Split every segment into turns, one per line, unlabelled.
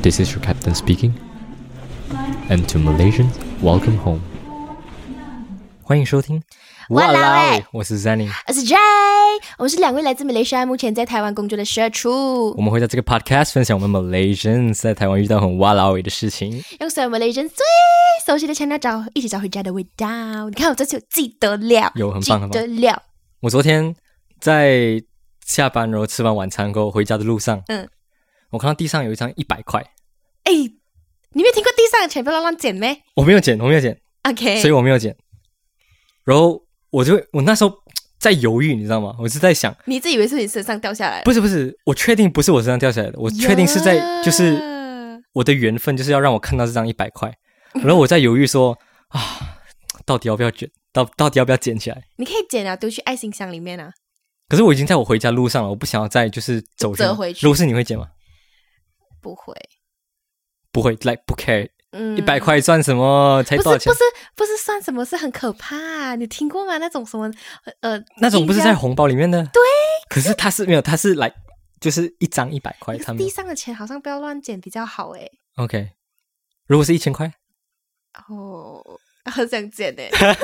This is your captain speaking. And to Malaysians, welcome home. 欢迎收听。哦
哇啦喂，
我是 Zanny。
我是 J，我们是两位来自马来西亚，目前在台湾工作的社畜
我，们会在这个 podcast 分享我们 Malaysians 在台湾遇到很哇啦喂哦的事情。
用所有 Malaysian 最熟悉的腔调找，一起找回家的味道。你看我这次有记得了，
有很棒很棒
记得了。
我昨天在下班然后吃完晚餐过后回家的路上，
嗯，
我看到地上有一张一百块，
哎，你没有听过地上的钱不要乱捡咩
我没有捡，我没有捡，
？OK，
所以我没有捡。然后我就我那时候在犹豫，你知道吗？我是在想，
你自以为是你身上掉下来了，
不是不是，我确定不是我身上掉下来的，我确定是在就是我的缘分就是要让我看到这张一百块，然后我在犹豫说啊，到底要不要卷，到到底要不要捡起来？
你可以捡啊，丢去爱心箱里面啊。
可是我已经在我回家路上了，我不想要再就是走
折回去
如果是你会捡吗？
不会，
不会，like 不 care，
嗯
一百块算什么？才
不
多少
是
钱
不？是不是算什么是很可怕、你听过吗？那种什么呃，
那种不是
硬
在
要
红包里面的？对。可是它是没有，它是来就是一张一百块，他
可是
们
地上的钱好像不要乱捡比较好哎、
OK。如果是一千块，
哦， 很想欸捡呢、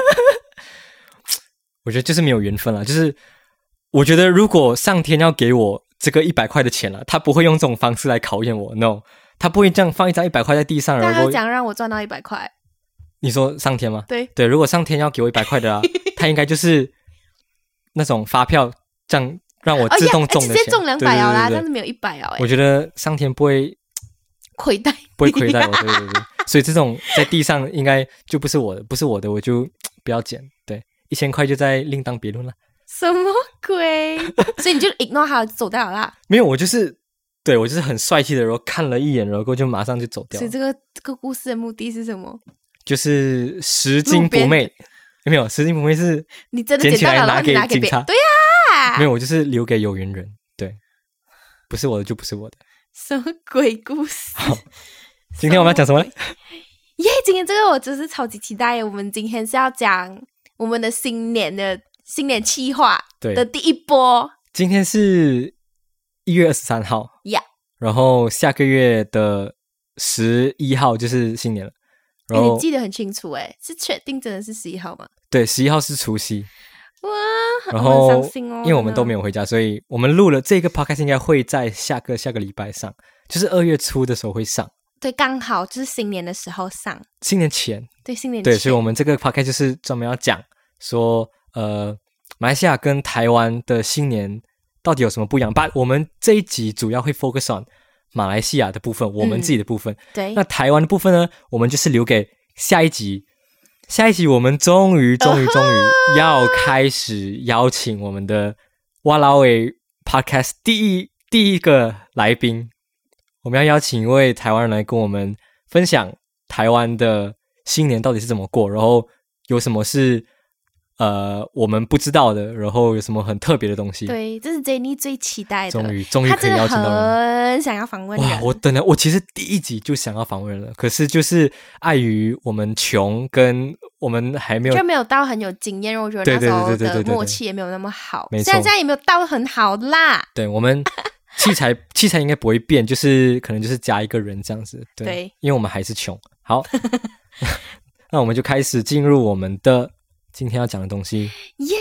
我觉得就是没有缘分了。就是我觉得如果上天要给我这个一百块的钱了，他不会用这种方式来考验我。No，他不会这样放一张一百块在地上，
但
然
他
后
讲让我赚到一百块，
你说上天吗？
对，
对，如果上天要给我一百块的 啊，他应该就是那种发票这样让我
而且
自动中
哦哎直
的
接
钱，
中两百摇啦，
对对
但
对对
是没有一百摇哎
我，觉得上天不会
亏待
不会亏待我，对对对。所以这种在地上应该就不是我的，不是我的，我就不要捡。对，一千块就在另当别论了。
什么鬼？所以你就 ignore 他走掉了啦。
没有，我就是对我就是很帅气的，然后看了一眼，然后就马上就走掉
所
了
以这个这个故事的目的是什么？
就是拾金不
路
昧。没有，拾金不昧是
你真的
捡
捡
起
到
来
了，然
拿
后你
给
拿给
警
别
察
人？对呀、
没有，我就是留给有缘人。对，不是我的就不是 我的。
什么鬼 故事？
今天我们要讲什么呢？
耶今天这个我真是超级期待欸耶！我们今天是要讲我们的新年的新年计划
对
的第一波
今天是一月二十三号，
呀。
然后下个月的十一号就是新年了。
哎、
然后
你记得很清楚哎，是确定真的是十一号吗？
对，十一号是除夕，
哇，
然
我
后
很伤心哦，
因为我们都没
有
有回家，所以我们录了这个 podcast 应该会在下个下个礼拜上，就是二月初的时候会上，
对，刚好就是新年的时候上，
新年前。
对，新年
对，
前
所以我们这个 podcast 就是专门要讲说，呃，马来西亚跟台湾的新年到底有什么不一样？把我们这一集主要会 focus on 马来西亚的部分，我们
嗯
自己的部分。
对
那台湾的部分呢，我们就是留给下一集。下一集我们终于、终于、终于要开始邀请我们的哇啦喂 Podcast 第一第一个来宾，我们要邀请一位台湾人来跟我们分享台湾的新年到底是怎么过，然后有什么是呃我们不知道的，然后有什么很特别的东西。，
对，这是 Jenny 最期待的，
终于终于
他
可以
真
邀
的
请到人。
很想要访问
哇！
人，
我等了，我其实第一集就想要访问了，可是就是碍于我们穷，跟我们还没有
就没有到很有经验，我觉得
对
那时候
对对对对
的
对对
默契也没有那么好，
没错
虽然现在也没有到很好啦，
对我 们器材器材应该不会变，就是可能就是加一个人这样子。对，
对
因为我们还是穷。 好， 那我们就开始进入我们的今天要讲的东西。
耶、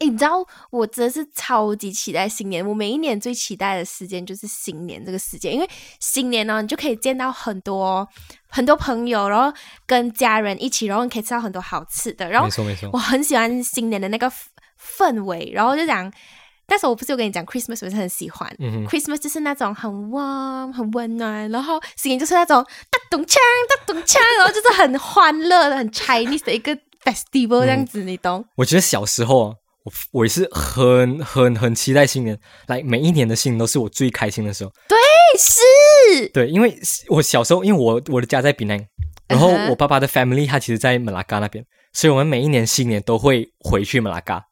诶你知道我真的是超级期待新年，我每一年最期待的时间就是新年这个时间，因为新年呢，你就可以见到很多很多朋友，然后跟家人一起，然后你可以吃到很多好吃的，然后
没错没错
我，很喜欢新年的那个氛氛围，然后就讲，但是我不是有跟你讲 Christmas 我是很喜欢、
嗯哼，
Christmas 就是那种很 warm 很温暖，然后新年就是那种大咚锵大咚锵，然后就是很欢乐的、很 Chinese 的一个
嗯
festival 这样子，你懂？
我觉得小时候啊，我我也是很很很期待新年，来每一年的新年都是我最开心的时候。
哎，是
对，因为我小时候，因为我我的家在 Penang，然后
嗯哼
我爸爸的 family 他其实在马拉嘎那边，所以我们每一年新年都会回去马拉嘎。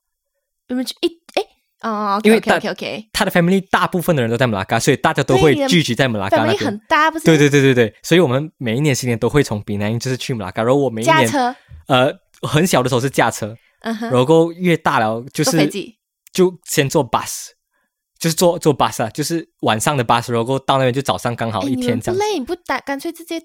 你们就一哎哦
因
，OK
为
OK
大
OK OK，
他的 family 大部分的人都在马拉嘎，所以大家都会
对你的
聚集在马拉嘎
范
那
围
边
很。大，不是？
对对对对对，所以我们每一年新年都会从比南就是去马拉嘎，然后我每一
驾
年
车，
呃很小的时候是驾车，
嗯哼，
然后越大了就
坐飞
是
机，
就先坐 bus，就是坐坐巴士啊，就是晚上的巴士，然后到那边就早上刚好
哎
一
你
天
们
这
不
样。
累，你不打，干脆直接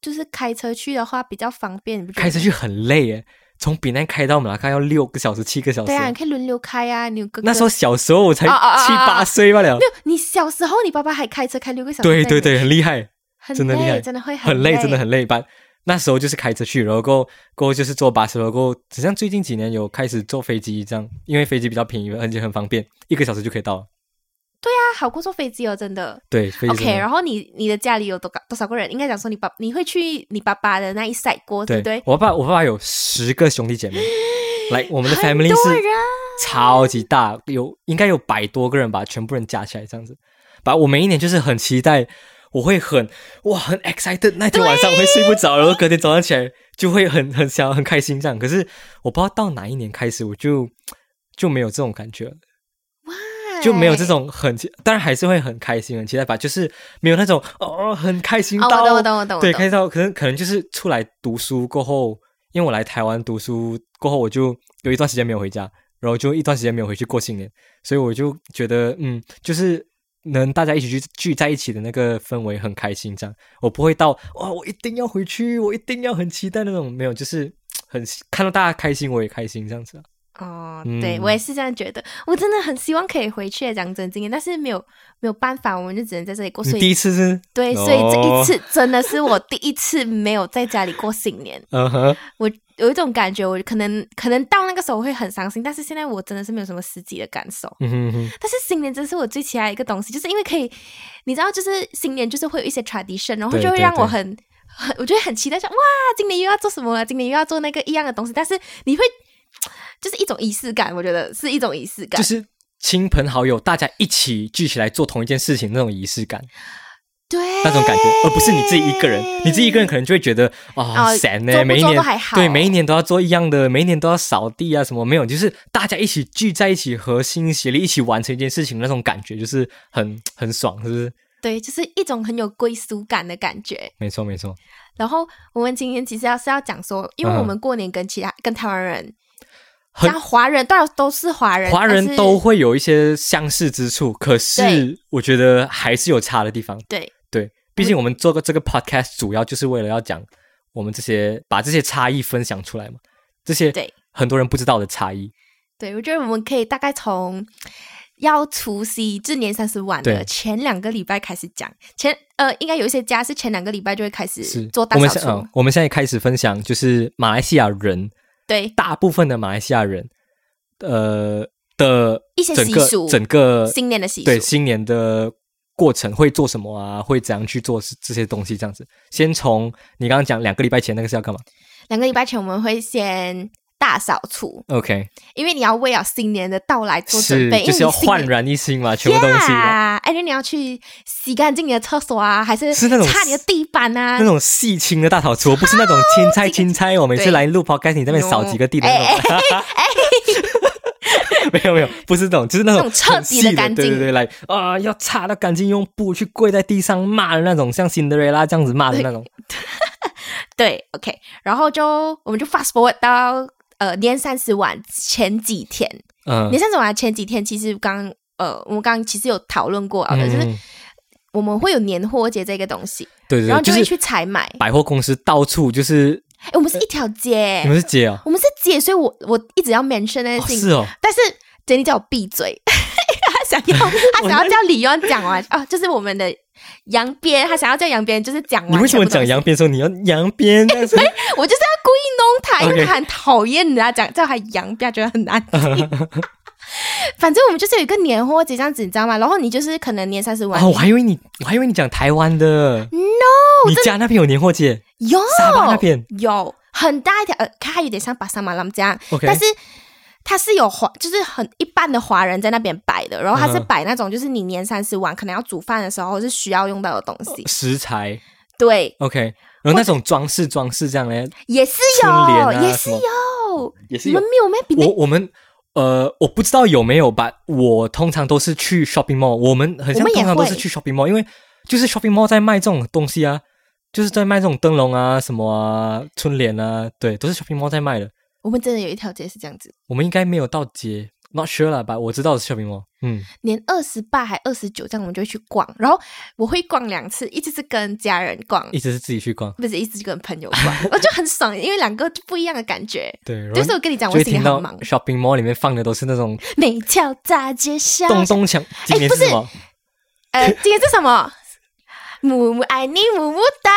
就是开车去的话比较方便。你不觉得
开车去很累耶，从比南开到马来看要六个小时、七个小时
对。啊，你可以轮流开啊。你有哥哥
那时候小时候我才
哦哦哦哦
七八岁罢了
没，有，你小时候你爸爸还开车开六个小时，
对对，对，很厉害，
很
真的厉害
累，真的会
很累，
累，
真的很累。把那时候就是开车去，然后过过后就是坐巴士，然后过后只像最近几年有开始坐飞机这样，因为飞机比较便宜，而且很方便，一个小时就可以到了。
啊，好过坐飞机哦，真的。
对，飞机真的
OK，然后你你的家里有多高多少个人？应该讲说你爸你会去你爸爸的那一 side 过，对
对
不对？
我爸我爸爸有十个兄弟姐妹， 来我们的
很
family
多
是
人
超级大，有应该有百多个人吧，全部人加起来这样子。把我每一年就是很期待，我会很哇很 excited，那天晚上我会睡不着，然后隔天早上起来就会很 很想很开心这样。可是我不知道到哪一年开始，我就就没有这种感觉了。就没有这种很期，当然还是会很开心、很期待吧，就是没有那种哦很开心
哦，
到、
我懂我懂我懂，我
对，
懂
开始到可能可能就是出来读书过后，因为我来台湾读书过后，我就有一段时间没有回家，然后就一段时间没有回去过新年，所以我就觉得嗯，就是能大家一起聚聚在一起的那个氛围很开心，这样我不会到哇，我一定要回去，我一定要很期待那种没有，就是很看到大家开心我也开心这样子啊。
哦，
嗯
对我也是这样觉得，我真的很希望可以回去讲真经验，但是没有没有办法，我们就只能在这里过。所
你第
以
一次是
对，
哦
所以这一次真的是我第一次没有在家里过新年，
嗯哼，
我有一种感觉，我可能可能到那个时候我会很伤心，但是现在我真的是没有什么实际的感受。
嗯哼哼，
但是新年真是我最期待的一个东西，就是因为可以，你知道，就是新年就是会有一些 tradition，然后
对
就会
对
让
对
我很很，我就会很期待想，哇，今年又要做什么了，今年又要做那个一样的东西，但是你会就是一种仪式感，我觉得是一种仪式感，
就是亲朋好友大家一起聚起来做同一件事情那种仪式感。
对
那种感觉，而不是你自己一个人。你自己一个人可能就会觉得啊，
哦
神呢、
做不
每一
做
年
都还好
对，每一年都要做一样的，每一年都要扫地啊什么，没有，就是大家一起聚在一起，合心协力，一起完成一件事情那种感觉，就是很很爽，是不是？
对，就是一种很有归属感的感觉。
没错，没错，
然后我们今天其实要是要讲说，因为
嗯
我们过年跟其他跟台湾人，
很
像华人，当然都是华人，
华
但
人
是
都会有一些相似之处，可是
对
我觉得还是有差的地方。
对
对，毕竟我们做个这个 podcast 主要就是为了要讲我们这些把这些差异分享出来嘛，这些
对
很多人不知道的差异。
对，我觉得我们可以大概从要除夕至年三十晚
对
的前两个礼拜开始讲，前呃，应该有一些家是前两个礼拜就会开
是
始做大
我们
扫
现、
除
嗯，我们现在开始分享，就是马来西亚人，
对
大部分的马来西亚人，呃的
一些
整
习
个
俗，
整个
新年的习
对
俗，
新年的过程会做什么啊？会怎样去做这这些东西？这样子，先从你刚刚讲两个礼拜前那个是要干嘛
两个礼拜前我们会先。大扫除，
？OK，
因为你要为了新年的到来做准
是
备，
就是要焕
换
然一新嘛，全部东西嘛
啊！哎，你要去洗干净你的厕所啊，还是
是那种
擦你的地板啊
那？种细清的大扫除，不是那种青菜青菜。我每次
对哎
来录 podcast，你在那边扫几个地的那种。 没有没有，不是那种，就是那
那
种
种彻
很
底
细
的干
对对
净
对，来啊、要擦到干净，用布去跪在地上骂的那种，像辛德瑞拉这样子骂的那种。
对，OK，然后就我们就 fast forward 到呃年三十晚前几天，
嗯
年，三十晚前几天其实刚呃我们刚刚其实有讨论过啊，就是
嗯
我们会有年货节这个东西，
对对
然后
对，
就
就
会
是
去采买。哎、
百货公司到处就是，
我们是一条街
你，们是姐啊？
我们是街，所以我我一直要 mention
哦
那件事情，
是哦，
但是杰尼叫我闭 嘴。他想要， 他想要叫李渊讲完哦，就是我们的杨边，他想要叫杨边，就是讲完。
你为什么讲？羊边的时候你要羊边？但 是
我就是要故意弄他，因
OK
为他很讨厌人家讲叫他羊不要觉得很难听。 反正我们就是有一个年货节这样子，你知道吗？然后你就是可能年三十啊晚
哦，我还以为你，我还以为你讲台湾的。No，你家那边有年货节，
有
沙巴那边
有很大一条，呃，它还有点像巴沙马朗这样，
，OK，
但是它是有华，就是很一般的华人在那边摆的，然后它
嗯
是
哼
摆那种就是你年三十晚可能要煮饭的时候是需要用到的东西，
食材
对，
OK，然后那种装饰装饰这样嘞，
也是有，
春联啊
也
什
是
么
有，
也是
你们没有咩？比那
我我们呃，我不知道有没有吧。我通常都是去 shopping mall，我们很像
我们也
通常都是
会
去 shopping mall，因为就是 shopping mall 在卖这种东西啊，就是在卖这种灯笼啊、什么啊、春联啊，对，都是 shopping mall 在卖的。
我们真的有一条街是这样子，
我们应该没有到街， not sure 啦，吧，我知道是 shopping mall。嗯，
年二十八还二十九这样，我们就会去逛。然后我会逛两次，一次是跟家人逛，
一直是自己去逛。
不是一次就跟朋友 逛，我就很爽，因为两个不一样的感觉。
对，然后
就是我跟你讲，
就
我
会
心里
听到
很忙。
shopping mall 里面放的都是那种
每条大街小
咚
巷，
咚锵。今年是什么？
呃，今天是 什么？母母爱你，母母哒。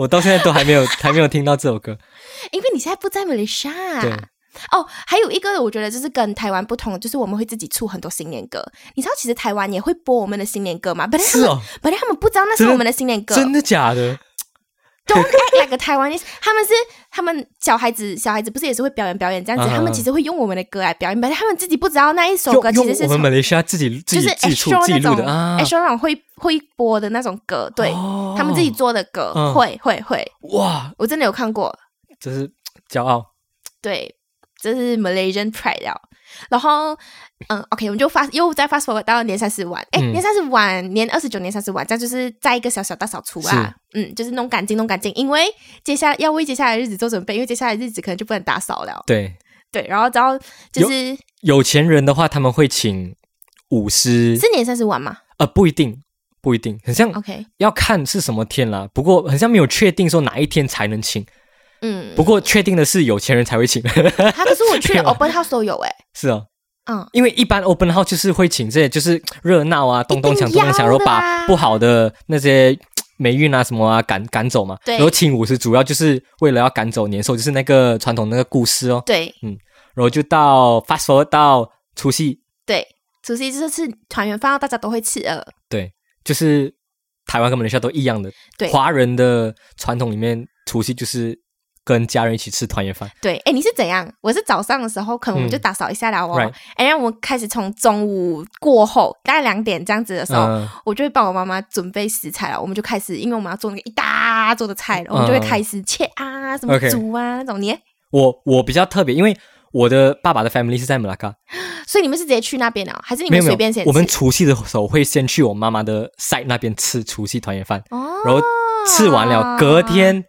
我到现在都还没有还没有听到这首歌。
因为你现在不在马来西亚。
对
哦，还有一个我觉得就是跟台湾不同，就是我们会自己出很多新年歌。你知道其实台湾也会播我们的新年歌嘛？本来他
是
们、
哦，
本来他们不知道那是
真的
我们的新年歌。
真的假的？
Don't act like a Taiwanese。他们是他们小孩子，小孩子不是也是会表演表演这样
嗯
子
嗯嗯
他们其实会用我们的歌来表演，本来他们自己不知道那一首
用
歌其
用
实是
我们
从
马来西亚自己自
就
己
是
自己出
extra
自己
那
录
种
的啊。
extra 那种会会播的那种歌，对、
哦
他们自己做的歌，
嗯
会会会，
哇，
我真的有看过。
这是骄傲。
对，这是 Malaysian Pride 了。然后，嗯，OK，我们就发又再 fast forward 到年三十晚，哎、
嗯
年三十晚，年二十九，年三十晚，这样就是再一个小小大扫除啊，嗯，就是弄干净，弄干净，因为接下来要为接下来的日子做准备，因为接下来的日子可能就不能打扫了，
对，
对，然后然后就是
有钱人的话，他们会请舞狮，
是年哦三十晚嘛
呃，不一定，不一定，很像
，OK，
要看是什么天啦。不过很像没有确定说哪一天才能请。
嗯，
不过确定的是有钱人才会请，
他可是我去
没
了
有啊
Open House 都有哎、
是哦。
嗯，
因为一般 open house 就是会请这些就是热闹啊，咚咚响咚
一定要
咚响，然后把
的啊
不好的那些霉运啊什么啊赶赶走嘛。
对
然后请舞狮主要就是为了要赶走年兽，就是那个传统那个故事哦。
对
然后就到 fast forward 到除夕，
对，除夕就是吃团圆饭，大家都会吃呃，
对，就是台湾跟马来西亚都一样的，
对
华人的传统里面，除夕就是跟家人一起吃团圆饭，
对，哎，你是怎样？我是早上的时候，可能我们就
嗯
打扫一下了哦。
Right
哎、然后我们开始从中午过后，大概两点这样子的时候，
嗯
我就会帮我妈妈准备食材了。我们就开始，因为我们要做那个一大桌的菜了，我们就会
嗯
开始切啊，什么
OK
煮啊那种。你耶，
我我比较特别，因为我的爸爸的 family 是在马拉嘎，
所以你们是直接去那边啊？还是你
没
们
有没
随便
有
先，吃？
我们除夕的时候会先去我妈妈的 side 那边吃除夕团圆饭，
哦，
然后吃完了隔天。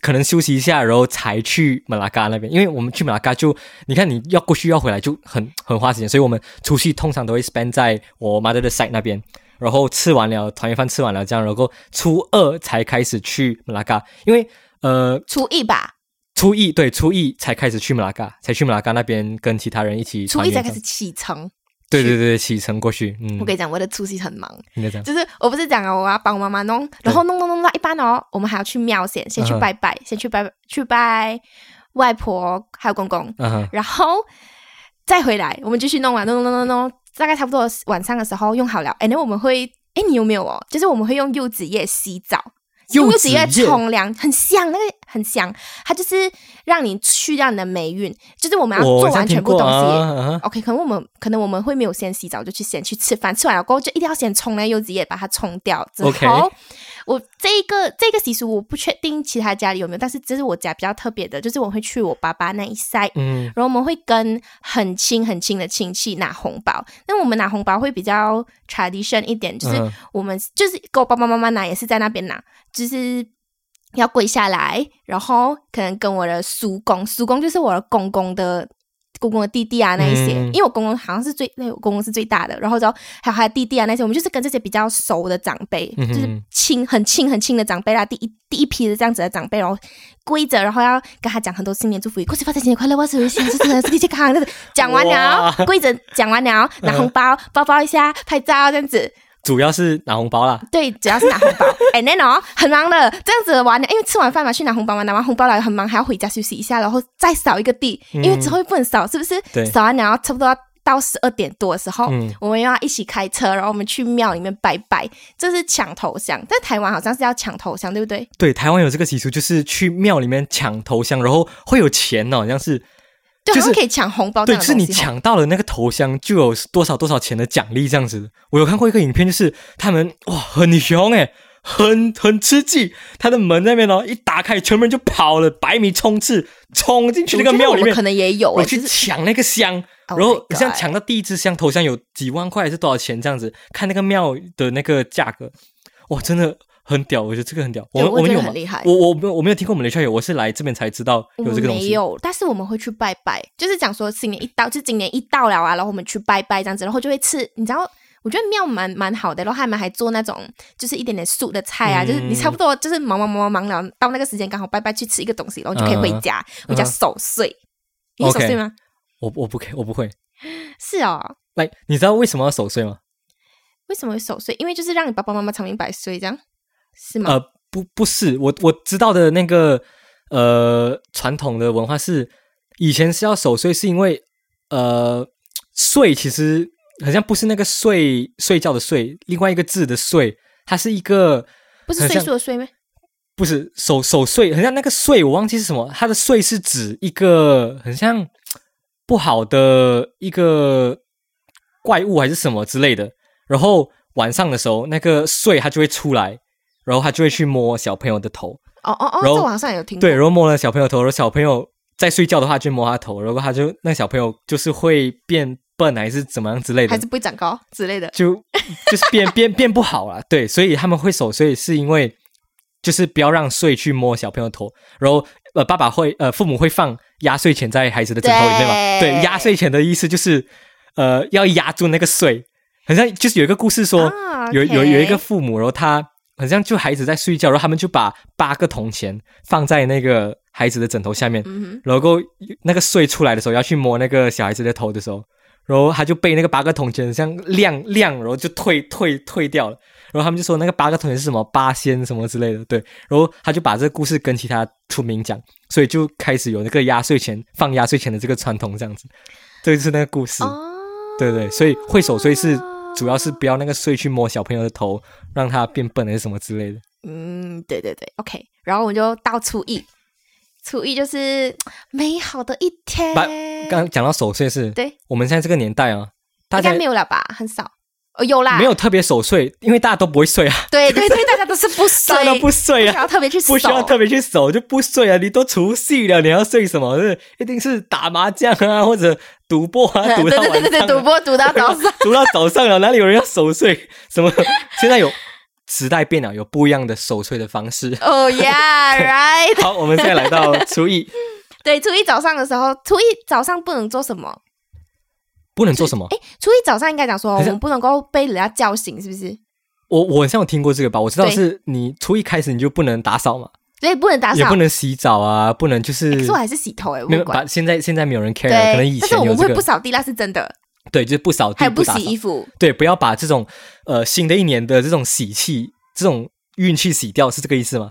可能休息一下，然后才去马拉嘎那边，因为我们去马拉嘎就，你看你要过去要回来就很很花时间，所以我们除夕通常都会 spend 在我 mother 的 side 那边，然后吃完了团圆饭吃完了这样，然后初二才开始去马拉嘎，因为呃
初一吧，
初一对初一才开始去马拉嘎，才去马拉嘎那边跟其他人一起
初
团
一
圆
才
饭。
开始启程。
对对对启程过去，嗯，
我跟你讲，我的除夕很忙，
应该这样，
就是我不是讲啊，我要帮我妈妈弄，然后弄弄弄到一半哦，我们还要去庙先，先去
嗯哼
拜拜，先去拜去拜外婆还有公公，
嗯哼，
然后再回来，我们继续弄完啊弄弄弄弄弄，大概差不多晚上的时候用好了，哎，那我们会哎你有没有哦？就是我们会用柚子叶洗澡。用柚
柚
子
子
叶
叶
冲凉很香，那个很香，它就是让你去掉你的霉运，就是我们要做
我好像
完
听
全部
过
东西，
啊，嗯哼
OK，可能我们可能我们会没有先洗澡，就去先去吃饭，吃完了过后就一定要先冲那柚子叶，把它冲掉之后
OK
我这一个这个习俗我不确定其他家里有没有，但是这是我家比较特别的，就是我会去我爸爸那一赛。
嗯，
然后我们会跟很亲很亲的亲戚拿红包，那我们拿红包会比较 tradition 一点，就是
嗯
我们、就是跟我爸爸妈妈拿也是在那边拿，就是要跪下来，然后可能跟我的叔公，叔公就是我的公公的公公的弟弟啊那一些，
嗯
因为我公公好像是最那我公公是最大的，然后之后还有他的弟弟啊那些，我们就是跟这些比较熟的长辈，
嗯哼
就是亲很亲很亲的长辈啦，第一第一批的这样子的长辈，然后跪着，然后要跟他讲很多新年祝福语，恭喜发财，新年快乐，万事如意，幸福身体健康，这样子讲完了，哦跪着讲完了，哦拿红
嗯
包包包一下，拍照这样子，
主要是拿红包啦，
对，主要是拿红包。 哎，那哦，很忙的，这样子玩的，因为吃完饭嘛，去拿红包嘛，拿完红包了很忙，还要回家休息一下，然后再扫一个地，因为之后又不能扫，是不是？
对
扫完然后差不多要到十二点多的时候，
嗯
我们又要一起开车，然后我们去庙里面拜拜，这是抢头香，在台湾好像是要抢头香，对不对？
对，台湾有这个习俗，就是去庙里面抢头香，然后会有钱哦呢、好像是
对，
就
好
是
像可以抢红包这
对，
样
就
的
是
东西
你
哦。
抢到了那个头香，就有多少多少钱的奖励这样子。我有看过一个影片，就是他们哇很凶诶，很很吃鸡，他的门那边哦一打开，全部人就跑了，百米冲刺冲进去那个
我觉得
庙
我
里
们
面
可，能也有、
我
哎，
去
就是
抢那个香， 然
Oh
后
my God
像抢到第一支香，头香有几万块还是多少钱这样子，看那个庙的那个价格，哇，真的很屌，我觉得这个很屌。我
有
们我
我
们
觉
有
得
吗
很？厉害。
我我没有我没有听过马来西亚有，我是来这边才知道有
我们
这个东
没
西。
有，但是我们会去拜拜，就是讲说新年一到，就今年一到了啊，然后我们去拜拜这样子，然后就会吃，你知道。我觉得庙蛮蛮好的，然后他们还做那种就是一点点素的菜啊，
嗯
就是你差不多就是忙忙忙忙忙了，到那个时间刚好拜拜去吃一个东西，然后就可以回家，回家
嗯
守岁。你会守
OK
岁吗？
我我不可以我不会。
是哦，
来，你知道为什么要守岁吗？
为什么会守岁？因为就是让你爸爸妈妈长命百岁这样，是吗？
呃，不不是，我我知道的那个呃传统的文化是以前是要守岁，是因为呃岁其实好像不是那个睡睡觉的睡，另外一个字的睡，它是一个
不是
很
岁
像
数的岁吗？
不是守守岁，很像那个岁，我忘记是什么。它的岁是指一个很像不好的一个怪物还是什么之类的。然后晚上的时候，那个岁它就会出来，然后它就会去摸小朋友的头。
哦哦哦，
然
这
后
我好像有听过。
对，然后摸了小朋友头，然后小朋友在睡觉的话就摸他头，然后他就那小朋友就是会变笨还是怎么样之类的
还是，不会长高之类的。
就 就是变变变不好了。对，所以他们会守岁是因为就是不要让睡去摸小朋友头，然后呃爸爸会呃父母会放压岁钱在孩子的枕头里面嘛。
对
对，压岁钱的意思就是呃要压住那个睡，好像就是有一个故事说。
啊
有
OK
有有一个父母，然后他好像就孩子在睡觉，然后他们就把八个铜钱放在那个孩子的枕头下面，
嗯哼，
然后那个睡出来的时候要去摸那个小孩子的头的时候，然后他就被那个八个铜钱像亮亮，然后就退退退掉了。然后他们就说那个八个铜钱是什么八仙什么之类的，对。然后他就把这个故事跟其他村民讲，所以就开始有那个压岁钱放压岁钱的这个传统，这样子。这就是那个故事，
哦，
对对，所以会守岁是主要是不要那个睡去摸小朋友的头，让他变笨还是什么之类的。
嗯，对对对，OK。然后我们就到初一，初一就是美好的一天。
把刚讲到守岁是，
对，
我们现在这个年代啊，大
应
家
该没有了吧？很少，哦，有啦，
没有特别守岁，因为大家都不会睡啊，
对对对，大家都是不 睡，
大家都不睡
不需要
啊，
特别去
不需要
守
特别去守就不睡啊，你都除夕了，你要睡什么？是一定是打麻将 啊，或者赌博啊，
对
赌
对
到晚
对
上、啊，
对对，赌博赌到早上。
赌到早上了，啊哪里有人要守岁？什么？现在有时代变了，有不一样的守岁的方 式。
哦 yeah，right。
好，我们现在来到初一，
对，初一早上的时候，初一早上不能做什么？
不能做什么？
哎，初一早上应该讲说，我
等一下
们不能够被人家叫醒，是不是？
我我好像有听过这个吧？我知道
对
是你初一开始你就不能打扫嘛，
对，不能打
也
扫
不。能洗澡啊，不能就是
可是我还是洗头哎，我
没有
不管。
把现在现在没有人 care，了可能
对
以，
但是
前
我
有
们
这
会
个
不扫地，那是真的，
对，就是不扫地
还有不
打
洗
扫
衣服。
对，不要把这种呃新的一年的这种喜气、这种运气洗掉，是这个意思吗？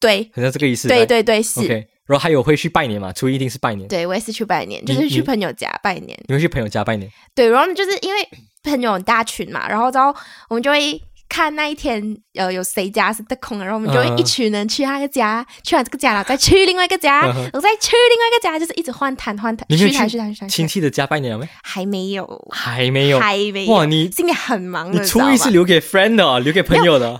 对，
好像这个意思。
对
来
对对，是。
OK，然后还有会去拜年嘛？初一一定是拜年，
对，我也是去拜年，
你
就是去
你
朋友家拜年。
你会去朋友家拜年。
对，然后就是因为朋友很大群嘛，然后之后我们就会看那一天呃有谁家是得空的，然后我们就会一
嗯
群人去他个家，去完这个家了再去另外一个家，
嗯哼
然后再去另外一个家，就是一直换摊换摊，
你没有
去摊
去
去摊去摊，
亲
去摊
戚的家拜年了没？
还没有，
还没有。
还没有，
哇，你
今年很忙
你
的，
初
知道
一
吗
是留给 friend 的哦，留给朋友的哦。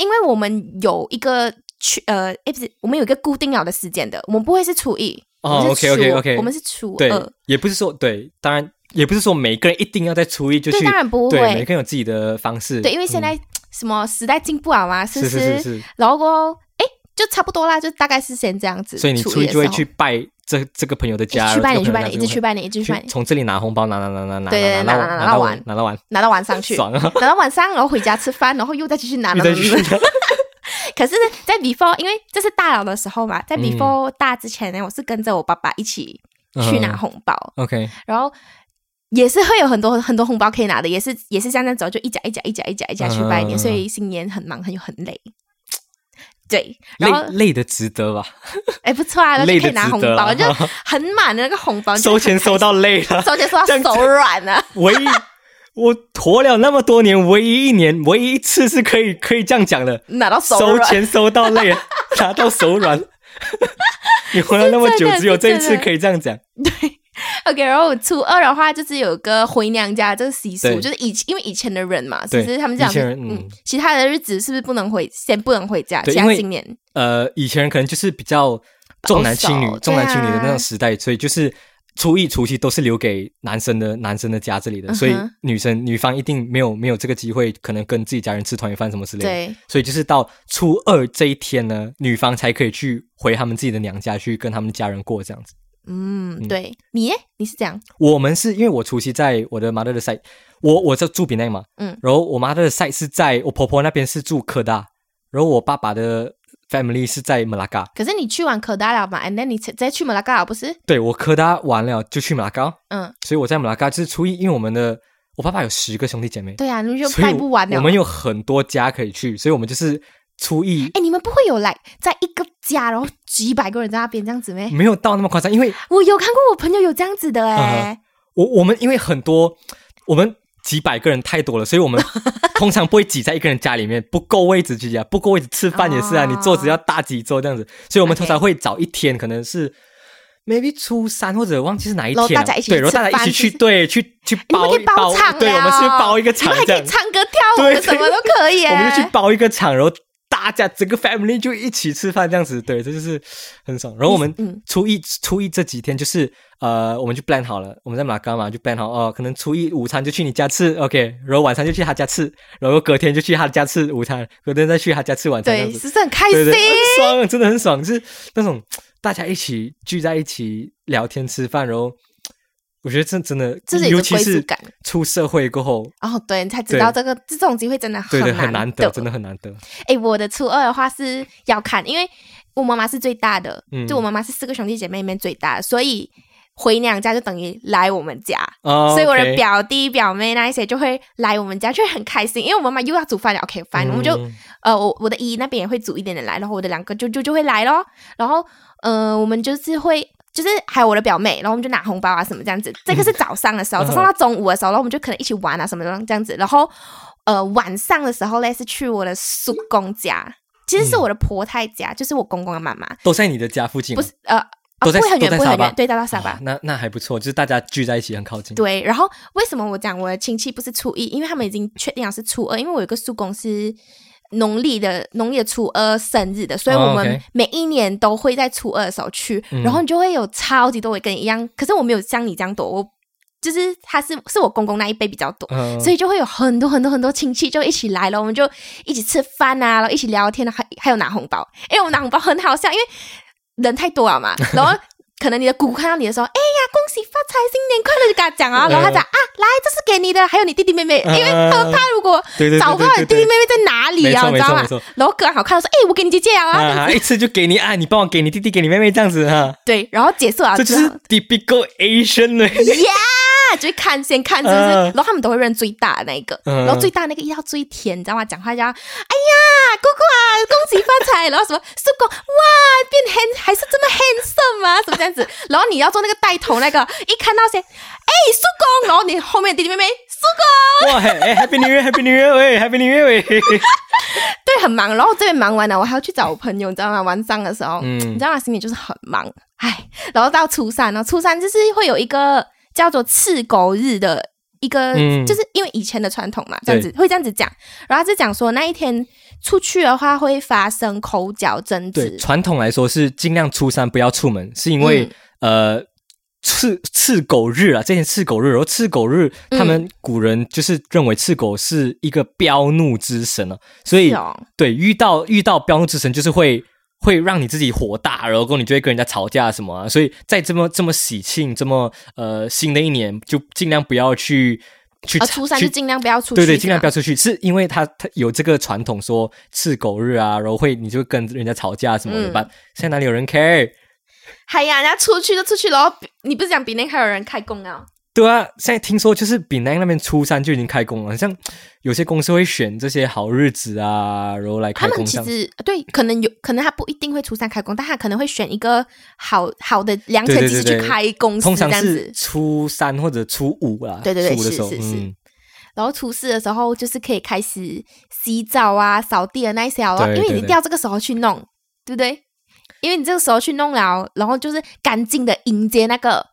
因为我们有一个去呃，哎不是，我们有一个固定了的时间的，我们不会是初一，
哦
我们是初
OK，OK，OK
我们是初
对
二，，
也不是说对，当然也不是说每个人一定要在初一就去
对，，当然不
对，每
会，
个人有自己的方式。
对，因为现在什么时代进步了嘛，是
嗯
不
是是是
然后过后，哎，就差不多啦，就大概是先这样子。
是，所以你初
初
一
的
就会
时候
去拜这这个朋友的家，
哎去拜
然后这
年，去
个朋友
拜年，
家
一直去拜年，一直去拜
去
年，
从这里拿红包，拿拿拿拿拿
对
拿
拿拿拿
到
完
拿到完，
拿到晚上去，
爽啊！
拿到晚上，然后回家吃饭，然后又再继续拿。
又再继续
可是，在 before，因为这是大佬的时候嘛，在
嗯
before 大之前呢，我是跟着我爸爸一起去拿
嗯
红包，
OK，
然后。也是会有很多很多红包可以拿的，也是也是像这样走，就一家一家一家一家一家去拜年，
嗯
所以新年很忙很很累，对，然
累
后
累的值得吧？
哎不错啊，然后
累
就
的
可以拿
值
红
得
包，
啦
就很满的那个 红包，你就
收钱收到累了，
周杰说
这
他
样子
手软啊，
唯一我活了那么多年，唯一一年，唯一一次是可以可以这样讲的，
拿到手
收
软。
钱收到累 了，拿到手软。 你活了那么
是
久
真，的
只有
是
这一
真
次
的
可以这样讲。
OK，然后我初二的话，就是有个回娘家这个习俗，
对
就是以因为以前的人嘛，其
对
实他们讲
以
是，
前人
嗯
嗯，
其他的日子是不是不能回，先不能回家，
对
其他
因为
新年
呃，以前人可能就是比较重男轻女
保守、
重男轻女的那
哦对啊
种时代，所以就是初一、除夕都是留给男生的男生的家这里的，所以
嗯哼
女生女方一定没有没有这个机会，可能跟自己家人吃团圆饭什么之类的。
对，
所以就是到初二这一天呢，女方才可以去回他们自己的娘家去跟他们的家人过这样子。
嗯，
嗯
对，你耶你是这样，
我们是因为我除夕在我的 mother 的 side，我我在住比内嘛，
嗯
然后我 mother 的 side 是在我婆婆那边是住科大，然后我爸爸的 family 是在马拉嘎。
可是你去完可达了嘛？And then 你才再去马拉嘎尔不是？
对我科大完了就去马拉嘎，
嗯，
所以我在马拉嘎就是初一，因为我们的我爸爸有十个兄弟姐妹，
对啊，你们就
所以
拜不完了。
我们有很多家可以去，所以我们就是初一
哎，你们不会有来在一个家，然后几百个人在那边这样子咩？
没有到那么夸张，因为
我有看过我朋友有这样子的
嗯
哎、
我我们因为很多我们几百个人太多了，所以 我们通常不会挤在一个人家里面，不够位置去挤啊，不够位置吃饭也是啊，
哦
你桌子要搭几桌这样子，所以我们
OK
通常会找一天，可能是 maybe 初三或者忘记是哪一
然后
天了，啊
大家一起去
对，然后大家一起
吃饭
去，对，去去
你
包
们可以
一包
场了，哦
对，我们是包一个场
你们还
这
可
样
以，唱歌跳
对
舞，
对
什么都可以耶。
我们就去包一个场，然后。大家整个 family 就一起吃饭这样子，对，这就是很爽。然后我们
嗯
初一、初一这几天就是呃，我们就 plan 好了，我们在马干嘛就 plan 好哦，可能初一午餐就去你家吃，OK，然后晚餐就去他家吃，然后隔天就去他家吃午餐，隔天再去他家吃晚餐，这样
对，
子，
是不是很开
对
心？
对，很爽，真的很爽，就是那种大家一起聚在一起聊天吃饭，然后我觉得这真的
这是，一
尤
种
其
归属
是
感。
出社会过后，
哦，对，你才知道
呃对
这个这种机会真的
对
很
对，
难
很难得，真的很难得。
哎，我的初二的话是要看，因为我妈妈是最大的，
嗯
就我妈妈是四个兄弟姐妹里面最大的，所以回娘家就等于来我们家。
哦
所以我的
OK
表弟表妹那一些就会来我们家，就会很开心，因为我妈妈又要煮饭了。OK，反正、我们就
嗯
呃，我我的姨那边也会煮一点点来，然后我的两个舅舅就会来咯。然后呃，我们就是会，就是还有我的表妹，然后我们就拿红包啊什么这样子。这个是早上的时候，
嗯
早上到中午的时候，然后我们就可能一起玩啊什么的这样子。然后呃，晚上的时候嘞是去我的叔公家，其实
嗯
是我的婆太家，就是我公公的妈妈，
都在你的家附近吗，
不是呃，啊
嗯都在
不会很远，
都在
不会很
沙巴
远，对，到到沙巴
啊。那那还不错，就是大家聚在一起很靠近。
对，然后为什么我讲我的亲戚不是初一？因为他们已经确定了是初二，因为我有一个叔公是农历的农历的初二生日的，所以
哦
我们
，OK
每一年都会在初二的时候去，
嗯
然后你就会有超级多我跟你一样，可是我没有像你这样多，我就是他是是我公公那一辈比较多。
嗯，
所以就会有很多很多很多亲戚就一起来了，我们就一起吃饭啊，然后一起聊天啊，还还有拿红包。哎、我们拿红包很好笑，因为人太多啊 了嘛，然后可能你的姑姑看到你的时候，哎呀，恭喜发财，新年快乐，就跟他讲
嗯
啊，然后他讲啊，来，这是给你的，还有你弟弟妹妹，因为他们怕如果
对对对
找不到你
对
弟
对
弟妹妹在哪里
没
啊，
错
你
没
知道
错
吗
没？错，
然后刚好看到说，哎，我给你姐姐啊，
啊啊，一次就给你啊，你帮我给你弟弟给你妹妹这样子哈，
对，然后结束了
这就
之
是
后。
typical Asian 呢。
呀，就会看先看是不是？
嗯
然后他们都会认最大的那一个，
嗯
然后最大那个要最甜，你知道吗？讲话就要，哎呀，姑姑啊，恭喜发财，然后什么叔公哇，变 hand 还是这么 handsome 啊，什么这样子，然后你要做那个带头那个，一看到先，哎，叔公，然后你后面弟弟妹妹，叔公，
哇，嘿哎，Happy New Year，Happy New Year，喂，Happy New Year，喂。
对，很忙，然后这边忙完了，我还要去找我朋友，你知道吗？晚上的时候，
嗯
你知道吗？心里就是很忙，唉，然后到初三呢，初三就是会有一个叫做赤狗日的一个，
嗯
就是因为以前的传统嘛，这样子会这样子讲，然后他就讲说那一天出去的话会发生口角争
对，
执，
传统来说是尽量初三不要出门，是因为、
嗯
呃。赤赤狗日啊，这天赤狗日，然后赤狗日，
嗯
他们古人就是认为赤狗是一个彪怒之神了、啊，所以
是哦，
对，遇到遇到彪怒之神，就是会会让你自己火大，然后过后你就会跟人家吵架什么啊。所以在这么这么喜庆、这么呃新的一年，就尽量不要去去
啊，
吵
初三
去
就尽量不要出去，
对对，尽量不
要。
要出去，是因为他他有这个传统说赤狗日啊，然后会你就跟人家吵架什么的
嗯
吧。现在哪里有人 care？
哎呀，人家出去就出去了，然后比你不是讲比那还有人开工啊？
对啊，现在听说就是丙南那边初三就已经开工了，像有些公司会选这些好日子啊，然后来
他
开
们
工
其
这样。
实对，可能有可能他不一定会初三开工，但他可能会选一个好好的良辰吉时去开公司
通
这
常
样
是
子。
初三或者初五啦，
对对对
初五的时候，
是是是
嗯，
然后初四的时候，就是可以开始洗澡啊、扫地的那一些哦，
对
因
对
为你
对
一定要这个时候去弄，对不对？因为你这个时候去弄了，哦然后就是干净的迎接那个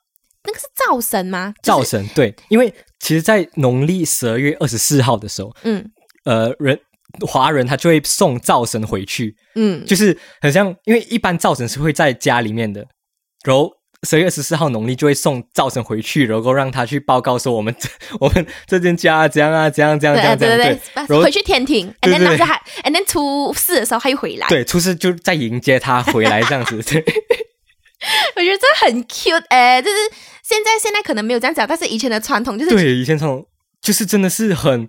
那个是灶神吗？
灶
就是、
神对，因为其实，在农历十二月二十四号的时候，
嗯
呃，人华人他就会送灶神回去，
嗯，
就是很像，因为一般灶神是会在家里面的，然后十月十四号农历就会送赵晨回去，然后让他去报告说我们这 我们这间家怎样啊，怎样怎样
对
怎
啊
样怎
对
样，
对
然
对，
后
回去天庭，and
对
then
对
当时还，and then 初四的时候他又回来，
对，出事就再迎接他回来这样子，对
我觉得这很 cute 哎、就是现在现在可能没有这样讲，但是以前的传统就是
对，以前这种就是真的是很，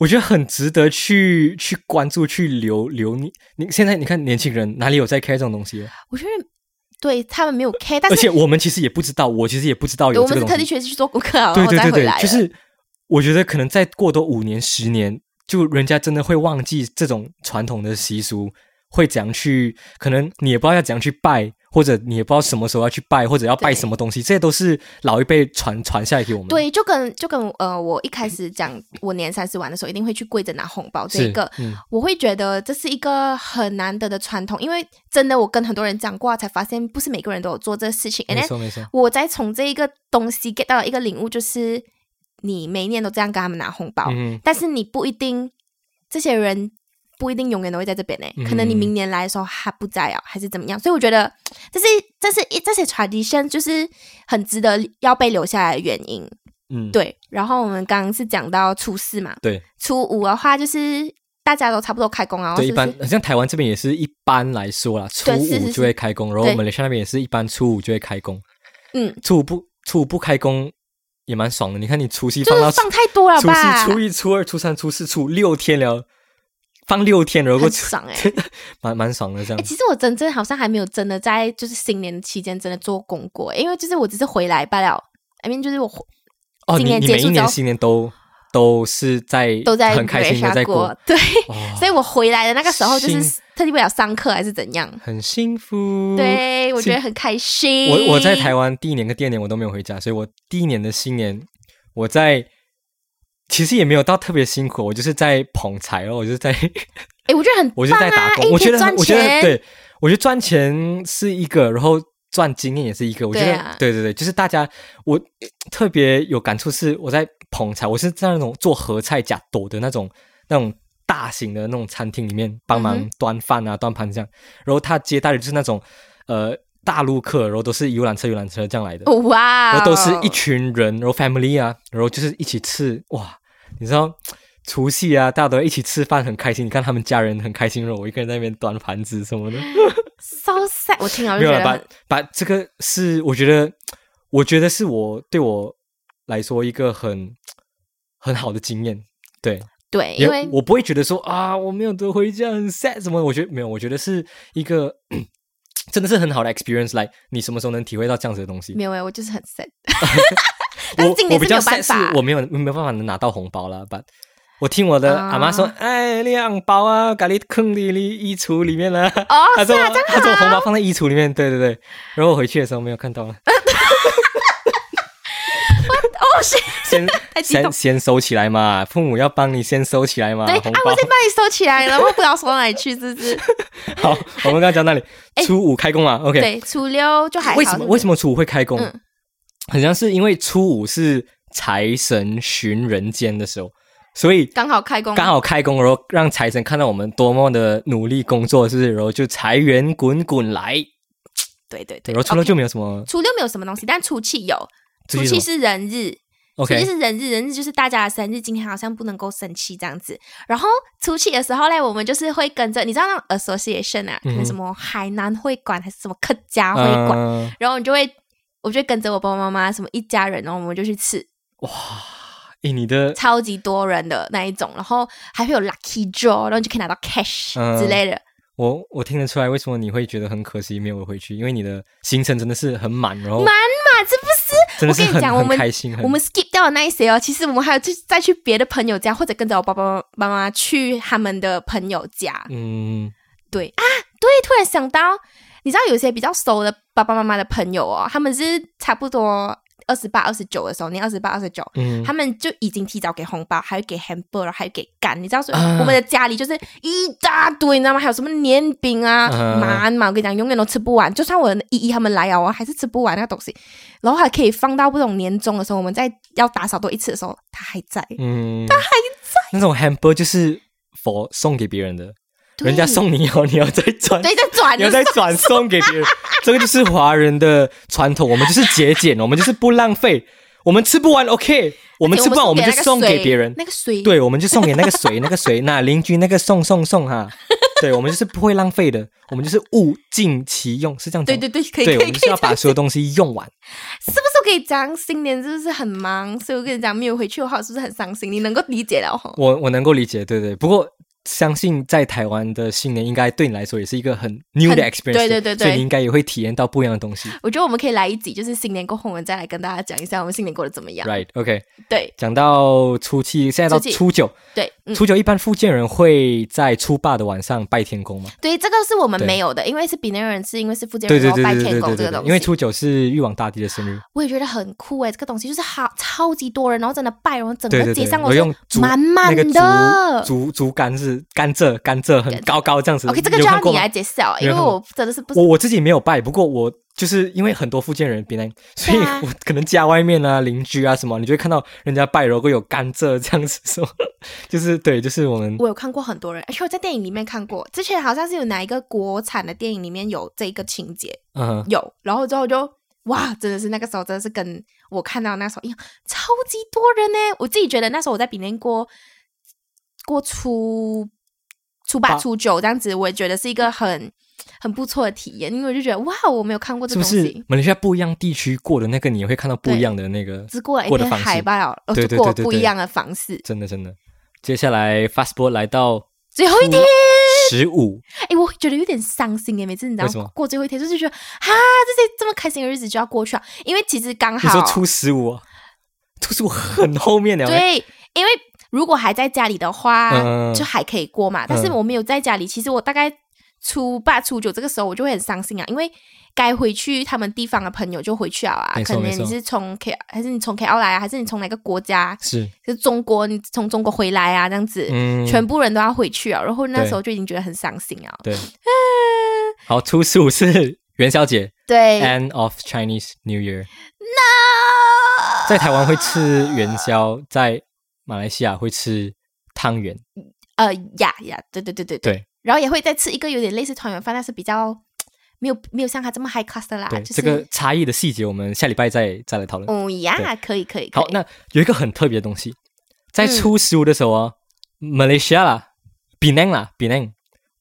我觉得很值得去去关注去留留你，你现在你看年轻人哪里有在 care 这种东西啊？
我觉得对他们没有 care，但
而
是
且我们其实也不知道，我其实也不知道有
我
这个
们是
东
特地
西，
学习去做功课，啊然
对
后
对
再
对
回
对
来，的。
就是我觉得可能再过多五年十年，就人家真的会忘记这种传统的习俗。会怎样去？可能你也不知道要怎样去拜，或者你也不知道什么时候要去拜，或者要拜
对
什么东西，这些都是老一辈传传下来给我们的。
对，就跟就跟呃，我一开始讲我年三十晚的时候一定会去跪着拿红包这
是
一个，
嗯，
我会觉得这是一个很难得的传统，因为真的我跟很多人讲过啊，才发现不是每个人都有做这个事情。And
没
then
错没错，
我在从这一个东西 get 到了一个领悟，就是你每一年都这样跟他们拿红包，
嗯哼，
但是你不一定，这些人不一定永远都会在这边呢、欸可能你
嗯
明年来的时候他不在啊，还是怎么样？所以我觉得 这是这是一这些 tradition 就是很值得要被留下来的原因。
嗯，
对，然后我们刚刚是讲到初四嘛，
对
初五的话就是大家都差不多开工啊，
对，
是
一
不
般
是？
好像台湾这边也是一般来说啦，初
对是
五
是
就会开工，然后
对
马来西亚那边也是一般初五就会开工，
嗯，
初五不初五不开工也蛮爽的。你看你除夕
就
放到
是放太多了
初
吧，
初四、初一、初二、初三、初四、初五六天了，放六天了，如果
很
初
爽哎、
蛮蛮爽的这
欸
样。
其实我真正好像还没有真的在就是新年期间真的做功过，欸因为就是我只是回来罢了。I mean，就是我回
哦，
今
你
年
你
结
每
束
一
之
年
后
新年都都是在
都在
很开心的在
Malaysia
过，
对，
哦，
所以我回来的那个时候就是
幸
特地为了上课还是怎样，
很幸福。
对我
是
觉得很开
嗯
心。
我我在台湾第一年跟第二年我都没有回家，所以我第一年的新年我在其实也没有到特别辛苦，我就是在捧财哦，我就是在
哎，我觉得很
我就
棒
是在
啊
打！工，
诶
我
可以
觉得
赚
我觉得
钱，
对，我觉得赚钱是一个，然后赚经验也是一个，我觉得
对
对,、
啊
对对就是大家我特别有感触是我在捧财，我是在那种做合菜夹斗的那种那种。大型的那种餐厅里面帮忙
嗯哼
端饭啊、端盘这样，然后他接待的就是那种呃大陆客，然后都是游览车、游览车这样来的。
哦哇
然
哦，
后都是一群人，然后 family 啊，然后就是一起吃哇，你知道除夕啊，大家都一起吃饭，很开心。你看他们家人很开心，然后我一个人在那边端盘子什么的，
so sad。我听了
没
就
有了。
觉得
把
很
把这个是我觉得，我觉得是我对我来说一个很很好的经验。对，
对，因为
也我不会觉得说啊，我没有得回家很 sad 什么的，我觉得没有，我觉得是一个 真的是很好的 experience。来，你什么时候能体会到这样子的东西？
没有哎，我就是很 sad。但
我
是今
我
年
比
是
较
没有办
sad
法
是我没有没有办法能拿到红包了，但我听我的
啊
阿妈说，哎，你红包啊，咖喱坑里里衣橱里面了。
哦，
她
是
说
啊，这样
她说我红包放在衣橱里面，对对对。然后我回去的时候没有看到，
哦是，
先
太激动
先先收起来嘛，父母要帮你先收起来嘛，
对，
红
啊，
包
我。先帮你收起来 了，我不知道收到哪里去，是不是？
好，我们刚刚讲到 哪里？
哎
初五开工嘛，OK。
对，初六就还哎好。
为什么为
么？
什么初五会开工
嗯？
好像是因为初五是财神巡人间的时候，所以
刚好开工，
刚好开工，然后让财神看到我们多么的努力工作，是不是？然后就财源滚滚来。
对对对。
然后除了
OK
就没有什么
初六没有什么东西，但初七有，
出
初
去什
七
么
是人日。初七
OK，
是人日，人日就是大家的生日，今天好像不能够生气这样子。然后初七的时候嘞，我们就是会跟着，你知道那种 association 啊，
嗯
可能
哼
什么海南会馆还是什么客家会
嗯
馆，然后你就会，我就会跟着我爸爸妈妈什么一家人，然后我们就去吃，
诶，你的
超级多人的那一种，然后还会有 lucky draw，然后你就可以拿到 cash
嗯
之类的。
我我听得出来，为什么你会觉得很可惜没有回去？因为你的行程真的是很满，然后
满嘛，这不是
真的是
我跟
很
你讲我
很
们
开心，很
我们 skip 掉的那一些哦。其实我们还有去再去别的朋友家，或者跟着我爸爸妈妈去他们的朋友家。
嗯
对啊，对，突然想到，你知道有些比较熟的爸爸妈妈的朋友哦，他们是差不多二十八、二十九的时候，你二十八、二十九。
嗯
他们就已经提早给红包，还有给 hamburger，然后还有给干，你知道说、
啊
我们的家里就是一大堆，你知道吗？还有什么年饼啊、
啊
馒嘛，我跟你讲，永远都吃不完。就算我的姨姨他们来啊，我还是吃不完那个东西。然后还可以放到不懂年终的时候，我们在要打扫多一次的时候，它还在。
嗯嗯，他还在那种 hamper 就是 for 送给别人的，
对
人家送你以后，你要再转，
对，再转
你要再转送给别人。 这个就是华人的传统，我们就是节俭，我们就是不浪 费。我们吃不完，OK，我们吃不完我们就送给别人。
那个水，
对，我们就送给那个谁，那个 谁，那邻居那个送送送哈。对，我们就是不会浪费的，我们就是物尽其用，是这样子。
对对对，可以
对，
可
我
以
们就
可
是
以
要把所有东西用完。
是不是我跟你讲，新年是不是很忙？所以我跟你讲，没有回去的话，是不是很伤心？你能够理解了哈？
我我能够理解，对对。不过相信在台湾的新年，应该对你来说也是一个很 new
很
的 experience，
对对对对
所以你应该也会体验到不一样的东西。
我觉得我们可以来一集，就是新年过后，我们再来跟大家讲一下我们新年过得怎么样。
Right，OK、
对
讲到初七，现在到
初七
初九，
对，嗯，
初九一般福建人会在初八的晚上拜天公吗？
对，这个是我们
对
没有的，因为是比内人，是因为是福建
对
人，
对
然后
对
拜
对对
天
对
公这
对
个
对
东，西。哦
因为初九是玉皇大帝的生日。
我也觉得很酷哎、这个东西就是好超级多人，然后真的拜，然后整
对
个
对
街
对，
上都
我
是
用竹
满满
那个
的。
竹竹竹竿是甘蔗，甘蔗很高高这样子。
OK，这个
你有
就要
看过
你
吗
来？介绍，
有
因为
看过
我真的是不
我
是
我自己没有拜，不过我就是因为很多福建人比来，所以
对啊
我可能家外面啊、邻居啊什么，你就会看到人家拜，如果有甘蔗这样子说，就是对，就是我们
我有看过很多人，而且我在电影里面看过，之前好像是有哪一个国产的电影里面有这一个情节
嗯
有，然后之后我就哇，真的是那个时候真的是跟我看到那时候一样，超级多人呢。我自己觉得那时候我在比邻过过初初八
八
初九这样子，我也觉得是一个很很不错的体验，因为我就觉得哇，我没有看过这
是不
东西。
是马来西亚不一样地区过的那个，你也会看到不一样的那个
只过了一
过的
片
方式
海罢了，哦，
对
就
对
过了
对对
不一
对
样的方式。
真的真的。接下来 fast b o a r d 来到
最后一天，
十五，
哎、我觉得有点伤心哎，每次你知
为什
道
么
过最后一天，就是觉得哈，这些这么开心的日子就要过去了，因为其实刚
你说
好
初十五、啊，初十五很后面了欸。
对，因为如果还在家里的话，
嗯
就还可以过嘛。但是我没有在家里，其实我大概初八、初九这个时候，我就会很伤心啊，因为该回去他们地方的朋友就回去了啊
没。错
可能
没错
你是从 K 还是你从 KL 来啊，还是你从哪个国家，
是，
就是中国，你从中国回来啊，这样子。
嗯，
全部人都要回去啊，然后那
对
时候就已经觉得很伤心啊。
对。好，初十五是元宵节
对
，end of Chinese New Year。
，no，
在台湾会吃元宵，在马来西亚会吃汤圆，
呃呀呀，对对对 对
对
然后也会再吃一个有点类似团圆饭，但是比较没有没有像它这么 high class 的啦，
对、
就是
这个差异的细节，我们下礼拜再再来讨论。
哦呀，可以可以，可
好，
以
那有一个很特别的东西，在
嗯
初十五的时候啊、马来西亚啦，Penang 啦，Penang，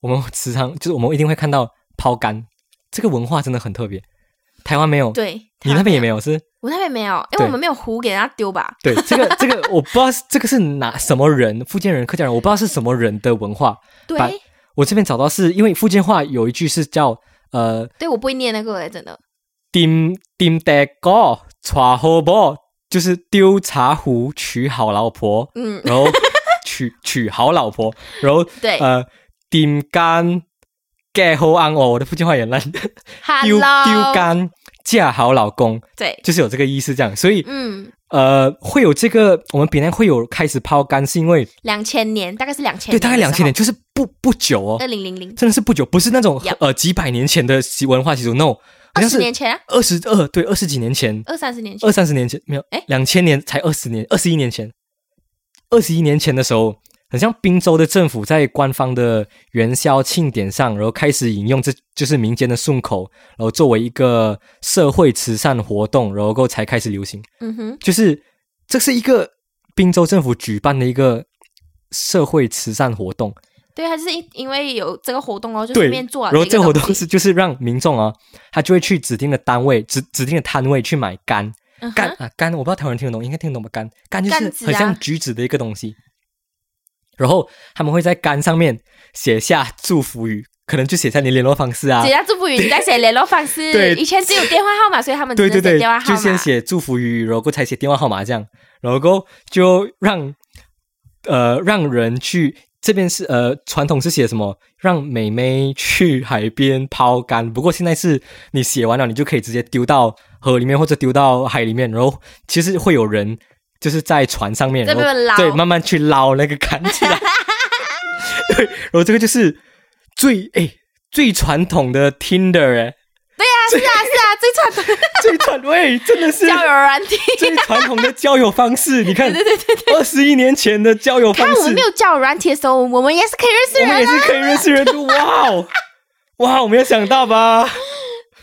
我们时常就是我们一定会看到抛竿，这个文化真的很特别，台湾没有，
对，
你那边也没
有，
有是？
我那边没有，因
对
为我们没有壶给人家丢吧。
对，这个这个我不知道是 这个是哪什么人，福建人、客家人，我不知道是什么人的文化。
对
把我这边找到是因为福建话有一句是叫呃
对，我不会念那个诶，真的。
丁丁蛋糕，抓好包，就是丢茶壶娶好老婆，
嗯，
然后娶 娶好老婆，然后
对
呃丁干盖好安哦，我的福建话也烂，丢
Hello，
丢干嫁好老公，
对，
就是有这个意思这样，所以
嗯，
呃会有这个我们比南会有开始抛竿，是因为
两千年，大概是两千，
对大概两千年，，就是不不久哦
二，零零零，
真的是不久，不是那种
嗯 Yup
呃几百年前的习文化习俗，no，好
二
像
十
是
年前啊，
二十二对二十几年前。
二三十年前
二，三十年前没有，
诶
两千年才二十年，二十一年前，二十一年前的时候，很像滨州的政府在官方的元宵庆典上，然后开始引用这就是民间的顺口，然后作为一个社会慈善活动，然后过后才开始流行。
嗯哼，
就是这是一个滨州政府举办的一个社会慈善活动，
对，还是因因为有这个活动哦，就
对，
顺便做了
然后
这
这
个
个活
东
动
西，
是就是让民众啊，他就会去指定的单位、指指定的摊位去买柑。
嗯哼
柑啊柑，我不知道台湾人听得懂，应该听得懂吧？柑柑就
柑
是
子
很像
啊
橘子的一个东西。然后他们会在柑上面写下祝福语，可能就写下你联络方式啊
写，下祝福语，你再写联络方 式。
对
以前只有电话号码，所以他们
对
哦
对
只能写
对
电话，号
就
码。
先写祝福语，然后过后才写电话号码这样，然后过后就让呃让人去这边是呃传统是写什么让美眉去海边抛竿，不过现在是你写完了，你就可以直接丢到河里面或者丢到海里面，然后其实会有人就是在船上面，
在
然后
那边捞
对慢慢去捞那个竿起 来，对，然后这个就是最哎最传统的 Tinder 哎。
对啊，是啊，是啊，最传统的
最传喂，真的是
交友软体。
最传统的交友方式。你看，对对对对，二十一年前的交友方
看
式，
我们没有交友软体的时候，我们也是可以认识
我们
人
也是
啊。
可以认识人的。哇 哦，哇，我没有想到吧？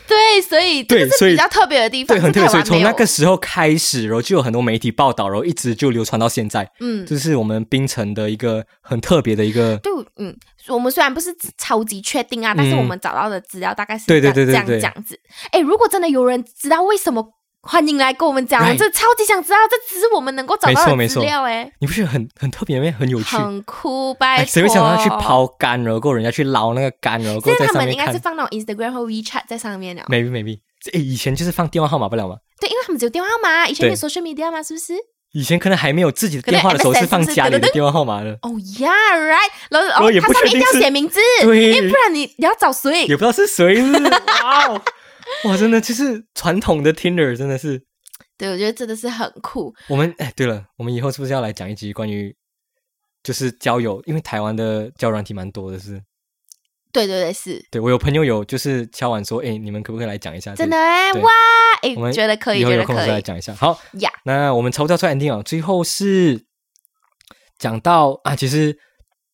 对，所以这
对
个是
所以
比较特别的地方，
对，很
是
特别。
台
所以
湾没
从
有
那个时候开始，然后就有很多媒体报道，然后一直就流传到现在。
嗯，
这是我们槟城的一个很特别的一个，
对，嗯，我们虽然不是超级确定啊，但是
嗯
我们找到的资料大概是
对对
这
对
样
对
这
对
样这样子。哎，如果真的有人知道为什么，欢迎来跟我们讲，我
Right
这超级想知道，这只是我们能够找
没错
到的
没
资
错
料，哎，
你不觉得很很特别吗？很有趣。
很酷，拜
哎
托。
谁会想到去抛竿，然后过人家去捞那个竿，然后过后
现在
在
他
上
们
面
应该
看
是放那种 Instagram 或 WeChat 在上面了，
？maybe maybe，哎，以前就是放电话号码不了吗？
对，因为他们只有电话号码，以前没有
对
social media 嘛，是不是？
以前可能还没有自己的
可能
电话的时候，
MSN
是放家里的电话号码的，
哦、yeah，right，然后
后
哦，
也
它
不
上面
确定
一定要
是
写名字，
对
因为不然你你要找谁？
也不知道是谁是。哇哦， 哇，真的就是传统的 Tinder，真的是。
对，我觉得真的是很酷。
我们哎，对了，我们以后是不是要来讲一集关于就是交友？因为台湾的交友软体蛮多的是，
对对对，是
对我有朋友有就是敲完说，哎，你们可不可以来讲一下？
真的，哎、
对
哇，哎
我们，
觉得可以，
以后
觉
有
得
空的
可
时候来
以
讲一下。好，
呀。
那我们抽到出 ending 啊，最后是讲到啊，其实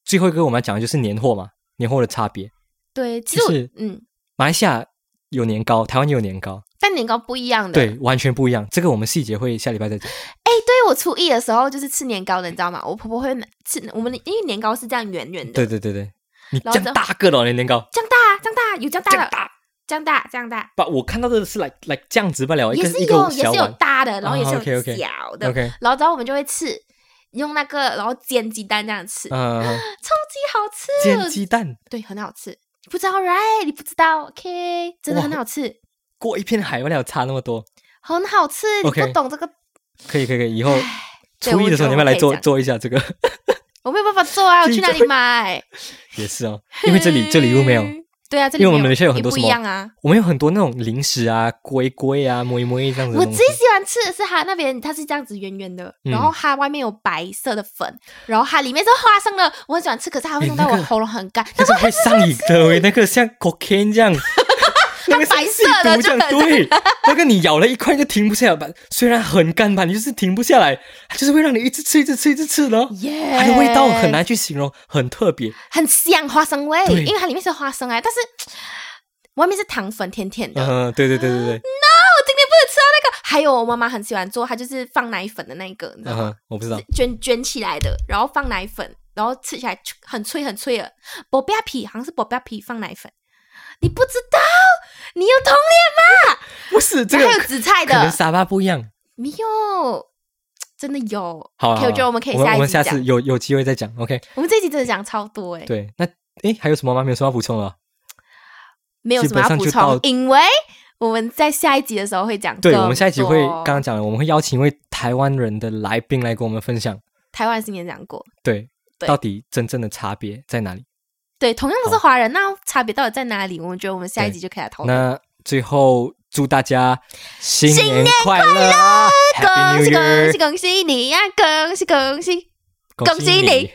最后一个我们要讲的就是年货嘛，年货的差别。
对，其
就
实我
是
嗯，
马来西亚有年糕，台湾也有年糕，
但年糕不一样的。
对，完全不一样。这个我们细节会下礼拜再讲。
哎，对我初一的时候就是吃年糕的，你知道吗？我婆婆会拿吃我们的，因为年糕是这样圆圆的，
对对对对，你
然
这样
后之后
大个的哦，你年糕，
这样大，啊这样大，有这样
这
大
样
的，
大。
这样大，这样大，
把我看到的是来来这样子不哦了，一
也
个
是
一
有
个
也
小
是有
碗。
大的，然后也是
啊
有
，OK，OK
小的，
OK，
然后之后我们就会吃。用那个，然后煎鸡蛋这样吃，
嗯、
超级好吃，
煎鸡蛋
对，很好吃。不知道 right？你不知道，OK？真的
哇
很好吃，
过一片海不了差那么多，
很好吃。你不
OK
懂这个，
可以可以可以，以后
对
初一的时候
我觉得
你们
我可
来
以
做
讲
做一下这个
我没有办法做啊！我
自己
去哪里
做
买？
也是哦， 因为这里这里又没有，
对啊，这里
因为我们
没
马来西亚有很
也
多
不
什
一
么
样啊。
我们有很多那种零食啊、龟龟啊、摸一摸一这样子的
我
东
最
西。
喜欢吃的是它那边，它是这样子圆圆的，
嗯
然后它外面有白色的粉，然后它里面是花生的，我很喜欢吃，可是它会
哎
弄到
那
我
个
喉咙很干。
但是会上瘾的喂，那个像 cocaine 这样，那个像
白色的
吸毒这样，
就很
对，那个你咬了一块就停不下来吧，虽然很干吧，你就是停不下来，它就是会让你一直吃、一直吃、一直吃的哦。
耶，
它的味道很难去形容，很特 别。
很香花生味，
对
因为它里面是花生哎，但是外面是糖粉，甜甜的。哦
嗯，对对对对对，
我今天不能吃到啊那个，还有我妈妈很喜欢做，她就是放奶粉的那一个，你知道
嗯
吗？
哼，我不知 道，
卷卷起来的，然后放奶粉，然后吃起来很脆很脆的。薄饼皮好像是薄饼皮放奶粉，你不知道，你有童年吧？
不是这
然
个
后还有紫菜
可能
的，
沙巴不一样。
没有，真的有。
好啊，
可以我觉得
好啊
我们可以
我们
下一集
我们下次
讲
有有机会再讲。OK，
我们这一集真的讲超多哎、
对，那诶还有什么吗？没有什么要补充啊了。
没有什么要
基本
补
上就到，
充因为我们在下一集的时候会讲更
对，
多。
我们下一集会刚刚讲了，我们会邀请一位台湾人的来宾来跟我们分享，
台湾新年讲过，
对，
对
到底真正的差别在哪里？
对，同样都是华人，那差别到底在哪里？我们觉得我们下一
对
集就可以来讨论。
那最后祝大家新
新
年快乐啊！Happy
恭
New
喜
Year！
恭喜恭喜你呀、恭喜恭喜！
恭
恭喜
你
你！